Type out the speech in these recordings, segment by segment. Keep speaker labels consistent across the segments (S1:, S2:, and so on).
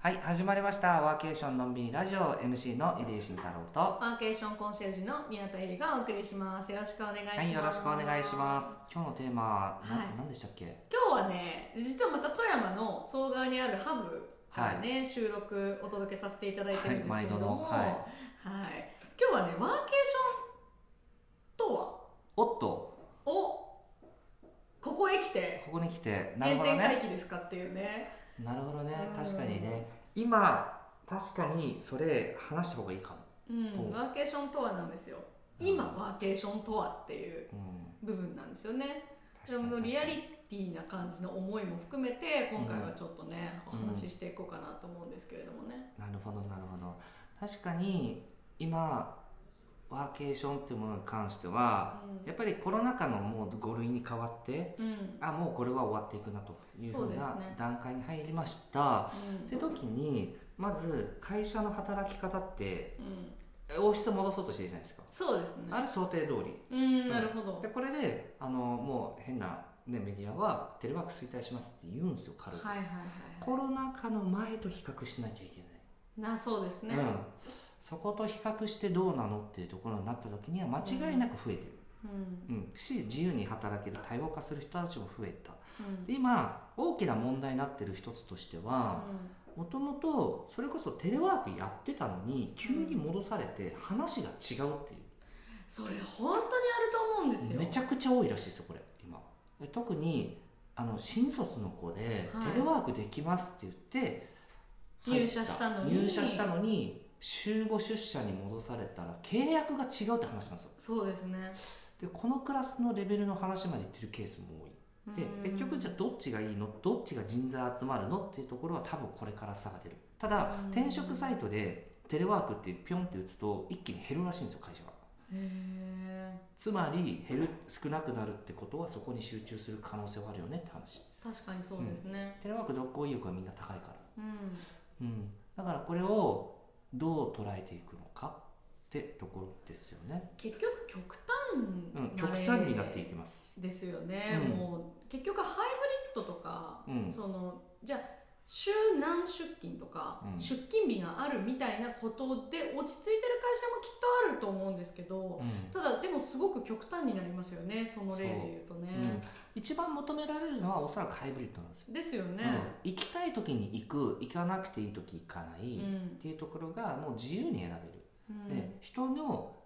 S1: はい始まりましたワーケーションのんびりラジオ MC の入江慎太郎とは
S2: ワーケーションコンシェルジュの宮田絵里がお送りします。よろしくお願いします。。
S1: いよろしくお願いしますす今日のテーマな、
S2: はい
S1: 何でしたっけ
S2: 今日はね、実はまた富山の総川にあるハブからね、収録お届けさせていただいてるんですけれども、
S1: はい毎
S2: はい今日はね、ワーケーションとは
S1: おっと
S2: をここへ来て
S1: ここに来てなる
S2: 原
S1: ほど
S2: 点回
S1: ね
S2: 帰ですかっていうね。
S1: なるほどね
S2: うん
S1: 確かにね今確かにそれ話した方がいいかも、
S2: う
S1: お
S2: ん、ワーケーションとはなんですよ。今ワーケーションとはっていう
S1: うん、
S2: 部分なんですよね。
S1: 確
S2: で
S1: かに
S2: もリア
S1: 確か
S2: リ
S1: に
S2: ティな感じの思いも含めて今回
S1: う
S2: は
S1: ん
S2: ちょっとね、
S1: うん
S2: お話ししていこうかなと思うんですけれどもね。
S1: なるほどなるほど確かに今ワーケーションっていうものに関してはやっぱりコロナ禍のもう5類に変わって
S2: うん、うん
S1: あもうこれは終わっていくなというふうな
S2: そうですね
S1: 段階に入りました、
S2: うん
S1: って時にまず会社の働き方って
S2: うん
S1: オフィス戻そうとしてるじゃないですか、
S2: そうです
S1: あ
S2: ね。
S1: れ想定通り
S2: うん、なるほど
S1: で。これであのもう変な、ね、メディアはテレワーク衰退しますって言うんですよ軽く、
S2: はいはいはいは
S1: コロナ禍の前と比較しなきゃいけない
S2: い。なそうですね。
S1: うん、そこと比較してどうなのっていうところになった時には間違いなく増えてる、
S2: うん、
S1: うんし自由に働ける多様化する人たちも増えた
S2: うん、
S1: で今大きな問題になってる一つとしてはもともとそれこそテレワークやってたのに急に戻されて話が違うっていう
S2: それ本当にあると思うんですよ。
S1: めちゃくちゃ多いらしいですよこれ今で特にあの新卒の子で、
S2: はい
S1: テレワークできますって言って入っ
S2: 入社したのに
S1: 入社したのに週5出社に戻されたら契約が違うって話なんですよ
S2: そうですね。
S1: でこのクラスのレベルの話までいってるケースも多いで
S2: うん
S1: 結局じゃあどっちがいいのどっちが人材集まるのっていうところは多分これから差が出るただ
S2: うん
S1: 転職サイトでテレワークってピョンって打つと一気に減るらしいんですよ会社が
S2: へえ、
S1: つまり減る少なくなるってことはそこに集中する可能性はあるよねって話
S2: 確かにそうですね。
S1: テレワーク続行意欲はみんな高いから
S2: うん、
S1: うんだからこれをどう捉えていくのかってところですよね、
S2: 結局極
S1: う
S2: 端
S1: ん、
S2: な
S1: 極
S2: 例
S1: 端になっていきます
S2: ですよね、
S1: うん
S2: もう結局ハイブリッドとか、
S1: うん
S2: そのじゃあ週何出勤とか、
S1: うん
S2: 出勤日があるみたいなことで落ち着いてる会社もきっとあると思うんですけど、
S1: うん
S2: ただでもすごく極端になりますよねその例で言うとね、
S1: うん一番求められるのはおそらくハイブリッドなんですよ、
S2: ですよね、
S1: うん、行きたい時に行く行かなくていい時行かな
S2: う
S1: い、っ
S2: ん
S1: ていうところがもう自由に選
S2: うん
S1: べる、で人の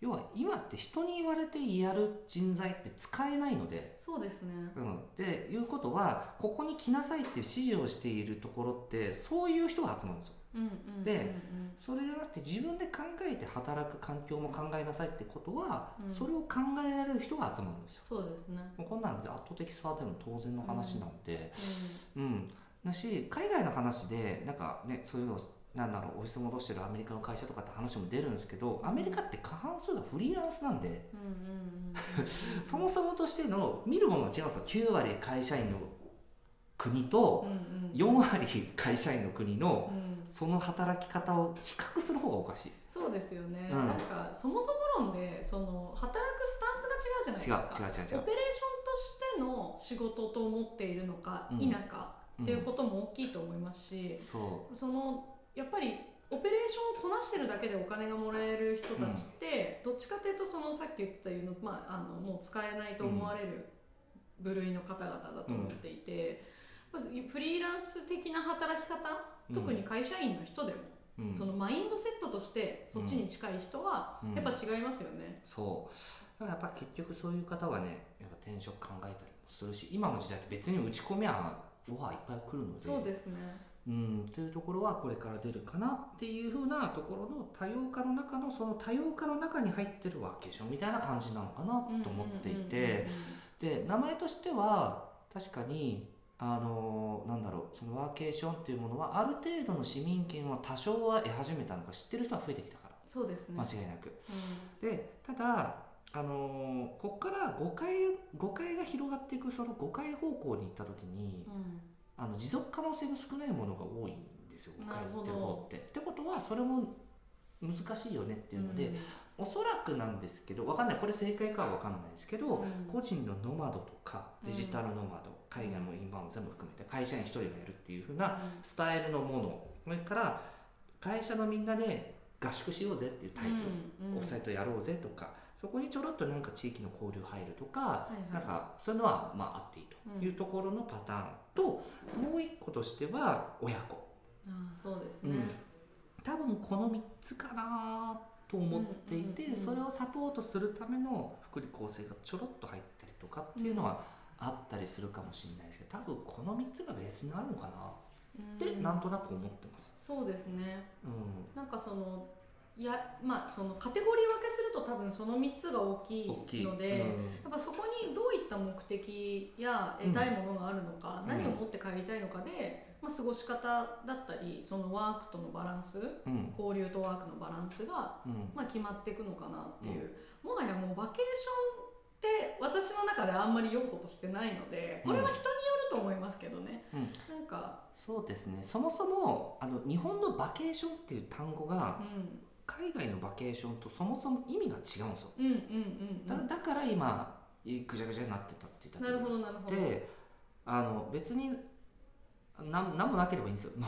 S1: 要は今って人に言われてやる人材って使えないので、
S2: そうですね
S1: うん、でいうことはここに来なさいっていう指示をしているところってそういう人が集まるんですよ
S2: うんうんうん
S1: でそれじゃなくて自分で考えて働く環境も考えなさいってことは、
S2: うん
S1: それを考えられる人が集まるんですよ
S2: そうですね、
S1: もうこんなん圧倒的差は出るの当然の話なので、うん、だし海外の話でなんか、ね、そういうのなんだろうオフィス戻してるアメリカの会社とかって話も出るんですけどアメリカって過半数がフリーランスなんで
S2: うん、うんうんうんうん
S1: そもそもとしての見るものが違うんですよ9割会社員の国と
S2: うんうん
S1: 4割会社員の国の
S2: うん
S1: その働き方を比較する方がおかしい
S2: そうですよね、
S1: うん
S2: なんかそもそも論でその働くスタンス
S1: 違う
S2: が違うじゃないですか
S1: 違う違う違
S2: オペレーションとしての仕事と思っているのか
S1: うん
S2: 否か
S1: う、
S2: っていうことも大きいと思いますし、
S1: うん、そ
S2: そのやっぱりオペレーションをこなしてるだけでお金がもらえる人たちって、どっちかというとそのさっき言ってたような、まあ、あのもう使えないと思われる部類の方々だと思っていて、まずフリーランス的な働き方
S1: うん
S2: 特に会社員の人でも、
S1: う、うん、
S2: そのマインドセットとしてそっちに近い人は
S1: うん
S2: やっぱ違いますよね。
S1: そうだからやっぱ結局そういう方はねやっぱ転職考えたりもするし今の時代って別に打ち込みはオファーいっぱい来るので
S2: そうですね、
S1: うん、というところはこれから出るかなっていうふうなところの多様化の中のその多様化の中に入ってるワーケーションみたいな感じなのかなと思っていてで名前としては確かにあのなんだろうそのワーケーションっていうものはある程度の市民権は多少は得始めたのか知ってる人は増えてきたから
S2: そうですね
S1: 間違いなく。でただあのここから誤解誤解が広がっていくその誤解方向に行った時に
S2: うんうん
S1: あの持続可能性の少ないものが多いんですよ
S2: なるほど
S1: ってってことはそれも難しいよねっていうので、おそらくなんですけどわかんないこれ正解かはわかんないですけど、
S2: うん
S1: 個人のノマドとかデジタルノマド、海外もインバウンド全部含めて会社員一人がやるっていう風なスタイルのものそれから会社のみんなで合宿しようぜっていうタイプ、
S2: うん
S1: オフサイトやろうぜとかそこにちょろっとなんか地域の交流入るとか、
S2: いはい
S1: なんかそういうのはまああっていいというところのパターンと、もう一個としては親子
S2: ああそうです
S1: う
S2: ね
S1: ん多分この3つかなと思っていて、
S2: うんうんうん
S1: それをサポートするための福利厚生がちょろっと入ったりとかっていうのはあったりするかもしれないですけど多分この3つがベースになるのかなって
S2: うん
S1: なんとなく思ってます。
S2: そうですね
S1: うん
S2: なんかそのいやまあそのカテゴリー分けすると多分その3つが大き
S1: 大き
S2: い
S1: い
S2: ので
S1: うん
S2: やっぱそこにどういった目的や
S1: うん
S2: 得たいものがあるのか、
S1: うん
S2: 何を持って帰りたいのかで、まあ、過ごし方だったりそのワークとのバランス
S1: うん
S2: 交流とワークのバランスが、
S1: うん
S2: まあ、決まっていくのかなっていう、もはやもうバケーションって私の中であんまり要素としてないのでこれは人によると思いますけどね、
S1: うん
S2: なんか、
S1: そうですねそもそもあの日本のバケーションっていう単語が
S2: う
S1: 海外のバケーションとそもそも意味が違うんですよ
S2: ん、うんうんうん
S1: だ
S2: うん
S1: だから今ぐちゃぐちゃになってたって言った
S2: なるほどなるほど、
S1: であの別になんなんもなければいいんですよも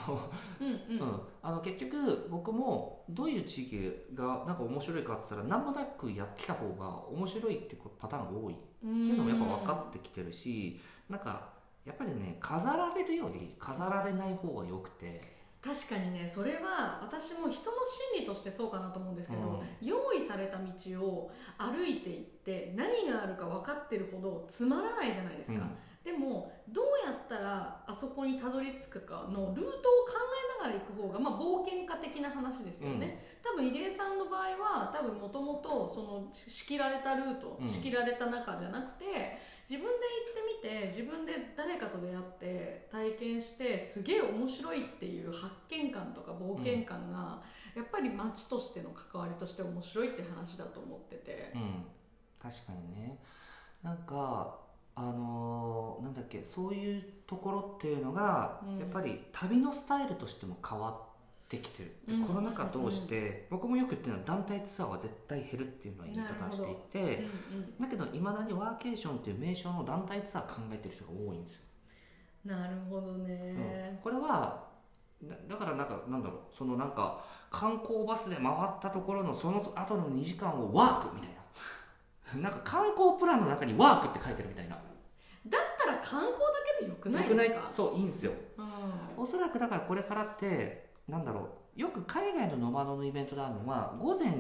S2: うん
S1: う、
S2: う
S1: うん
S2: うん
S1: ん、あの結局僕もどういう地域がなんか面白いかって言ったら何もなくやってた方が面白いってこパターンが多いって
S2: うん
S1: いうのもやっぱ分かってきてるしなんかやっぱりね飾られるより飾られない方がよくて、
S2: 確かにねそれは私も人の心理としてそうかなと思うんですけど、
S1: う
S2: 用意された道を歩いていって何があるか分かってるほどつまらないじゃないですか、でもどうやったらあそこにたどり着くかのルートを考えながら行く方が、まあ、冒険家的な話ですよね、多分入江さんの場合は多分もともとそのし仕切られたルート、
S1: うん
S2: 仕切られた中じゃなくて自分で行ってみて自分で誰かと出会って体験してすげえ面白いっていう発見感とか冒険感が、やっぱり街としての関わりとして面白いって話だと思ってて。
S1: うん、確かにねなんかあのーなんだっけそういうところっていうのが、
S2: うん
S1: やっぱり旅のスタイルとしても変わってきてるで、
S2: うん
S1: コロナ禍通して、僕もよく言ってるのは団体ツアーは絶対減るっていうのは言い
S2: なるほ
S1: 方
S2: ど
S1: してい
S2: うんう
S1: て
S2: ん
S1: だけどいまだにワーケーションっていう名称の団体ツアー考えてる人が多いんですよ、
S2: なるほどね、
S1: これはだだからなんかなんだろうそのなんか観光バスで回ったところのその後の2時間をワークみたいな なんか観光プランの中にワークって書いてるみたいな
S2: だったら観光だけでよくない
S1: よ
S2: で
S1: く
S2: すか
S1: そういいんですよ
S2: うん
S1: おそらくだからこれからってなんだろうよく海外のノマドのイベントであるのは午前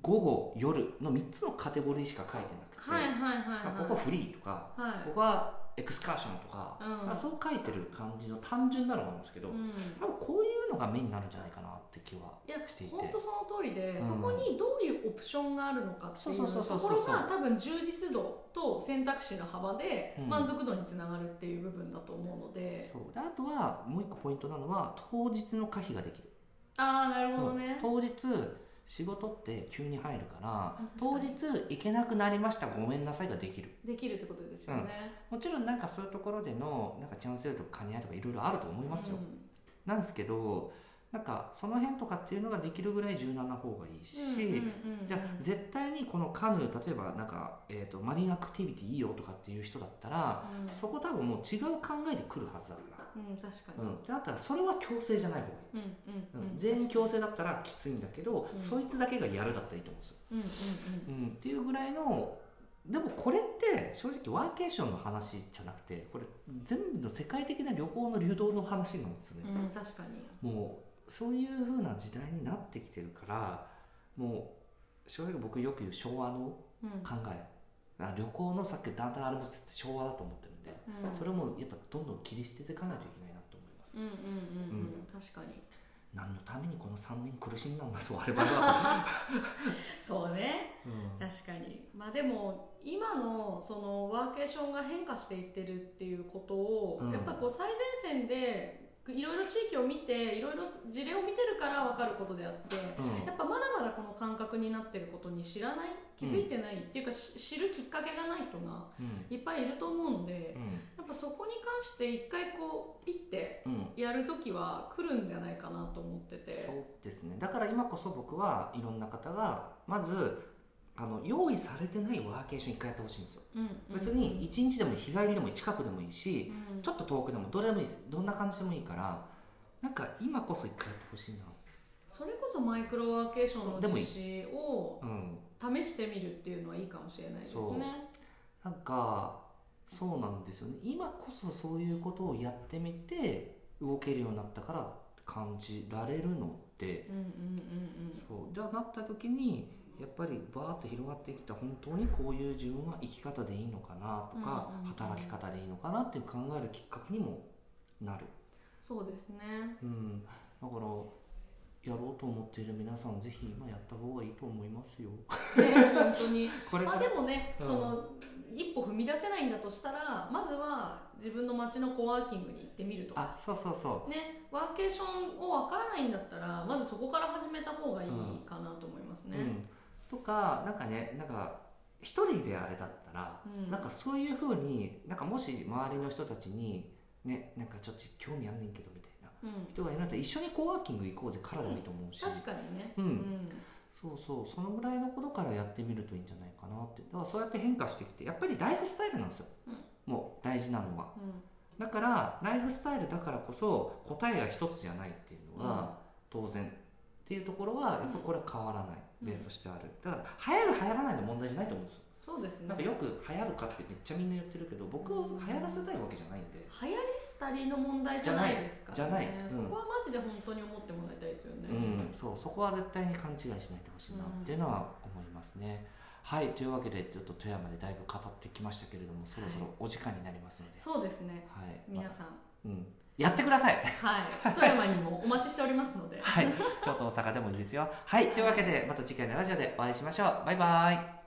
S1: 午後夜の3つのカテゴリーしか書いてなくて、
S2: はいはいはい
S1: あ
S2: はい
S1: ここフリーとか
S2: はい
S1: ここはエクスカーションとか、
S2: うん
S1: あそう書いてる感じの単純なのなんですけど、
S2: うん
S1: 多分こういうのが目になるんじゃないかなって気は。
S2: いや
S1: していて
S2: 本当その通りで、
S1: うん
S2: そこにどういうオプションがあるのかっていう
S1: そうそうそうそう
S2: と
S1: そ
S2: こ
S1: う
S2: ろが多分充実度と選択肢の幅で
S1: うん
S2: 満足度につながるっていう部分だと思うので、
S1: そうであとはもう一個ポイントなのは当日の可否ができる、
S2: ああなるほどね、
S1: 当日仕事って急に入るから
S2: 確
S1: 当
S2: かに
S1: 日行けなくなりましたごめんなさいができる
S2: できるってことですよね、
S1: もちろんなんかそういうところでのなんかキャンセルとか兼ね合いとかいろいろあると思いますよ、
S2: う
S1: なんですけどなんかその辺とかっていうのができるぐらい柔軟な方がいい
S2: ん
S1: し、
S2: うんうんうん
S1: じゃあ絶対にこのカヌー例えばなんか、えー、とマリンアクティビティいいよとかっていう人だったら
S2: うん
S1: そこ多分もう違う考えで来るはずだか、
S2: うん確からに、
S1: うん、だったらそれは強制じゃない方がいい
S2: うんうんうん、
S1: 全員強制だったらきついんだけど、
S2: うん
S1: そいつだけがやるだったらいいと思うんですよ、
S2: うんうん
S1: うん、っていうぐらいのでもこれって正直ワーケーションの話じゃなくてこれ全部の世界的な旅行の流動の話なんですよね、
S2: うん、うん、確かに
S1: もうそういう風な時代になってきてるからもう正直僕よく言う昭和の
S2: うん
S1: 考え、あ旅行のさっきダンタンアルプスって昭和だと思ってるんで、
S2: うん
S1: それもやっぱどんどん切り捨てていかないといけないなと思います、
S2: うんうんうん
S1: う
S2: うん確かに
S1: 何のためにこの3年苦しんだんだとあればな
S2: そうね
S1: と、うん
S2: 確かにまあでも今のそのワーケーションが変化していってるっていうことを、
S1: うん
S2: やっぱこう最前線でいろいろ地域を見ていろいろ事例を見てるから分かることであって
S1: うん
S2: やっぱまだまだこの感覚になってることに知らない気づいてない、っていうかし知るきっかけがない人が
S1: うん
S2: いっぱいいると思うので
S1: うん
S2: やっぱそこに関して一回こうピッて
S1: うん
S2: やるときは来るんじゃないかなと思ってて
S1: そうですねだから今こそ僕はいろんな方がまずあの用意されてないワーケーション一回やってほしいんですよ
S2: うんうん
S1: 別に一日でもいい日帰りでもいい近くでもいいし
S2: うん
S1: ちょっと遠くでもどれでもいいですどんな感じでもいいからなんか今こそ一回やってほしいな
S2: それこそマイクロワーケーション
S1: そうで
S2: の
S1: もいい
S2: 実施を
S1: うん
S2: 試してみるっていうのはいいかもしれないですね
S1: そうなんかそうなんですよね今こそそういうことをやってみて動けるようになったから感じられるのって
S2: うんうんうんうん
S1: そうじゃあなった時にやっぱりバーッと広がってきた本当にこういう自分は生き方でいいのかなとか、
S2: うんうんうん
S1: 働き方でいいのかなっていう考えるきっかけにもなる、
S2: そうですね
S1: うん、だからやろうと思っている皆さんぜひ今やった方がいいと思います よ
S2: ね本当に
S1: これ
S2: まあでもね、
S1: うん
S2: その一歩踏み出せないんだとしたらまずは自分の街のコワーキングに行ってみるとか
S1: あそうそうそう
S2: ねワーケーションをわからないんだったらまずそこから始めた方がいいかなと思いますね。
S1: うん、とかなんかねなんか一人であれだったら、
S2: うん
S1: なんかそういうふうになんかもし周りの人たちにねなんかちょっと興味あんねんけどみたいな
S2: うん
S1: 人がいるんだったら一緒にコワーキング行こうぜからでもいいと思うし、
S2: 確かにね、
S1: うん
S2: うん
S1: そうそうそのぐらいのことからやってみるといいんじゃないかなってだからそうやって変化してきてやっぱりライフスタイルなんですよ、もう大事なのは
S2: うん
S1: だからライフスタイルだからこそ答えが一つじゃないっていうのは当然、っていうところはやっぱこれは変わらない、
S2: うん
S1: ベースとしてあるだから流行る流行らないの問題じゃないと思うんですよ
S2: そうです
S1: な
S2: ね
S1: んかよく流行るかってめっちゃみんな言ってるけど僕は流行らせたいわけじゃないんで
S2: 流行り廃りの問題じゃないですから
S1: じゃない
S2: ね
S1: じゃないうん
S2: そこはマジで本当に思ってもらいたいですよね。
S1: うん、そうそこは絶対に勘違いしないでほしいなっていうのは思いますね、はいというわけでちょっと富山でだいぶ語ってきましたけれどもそろそろお時間になりますので、
S2: そうですね
S1: はい
S2: 皆
S1: ま
S2: さん、
S1: たうん、やってください
S2: はい、富山にもお待ちしておりますので。
S1: はい京都大阪でもいいですよはいというわけでまた次回のラジオでお会いしましょうバイバイ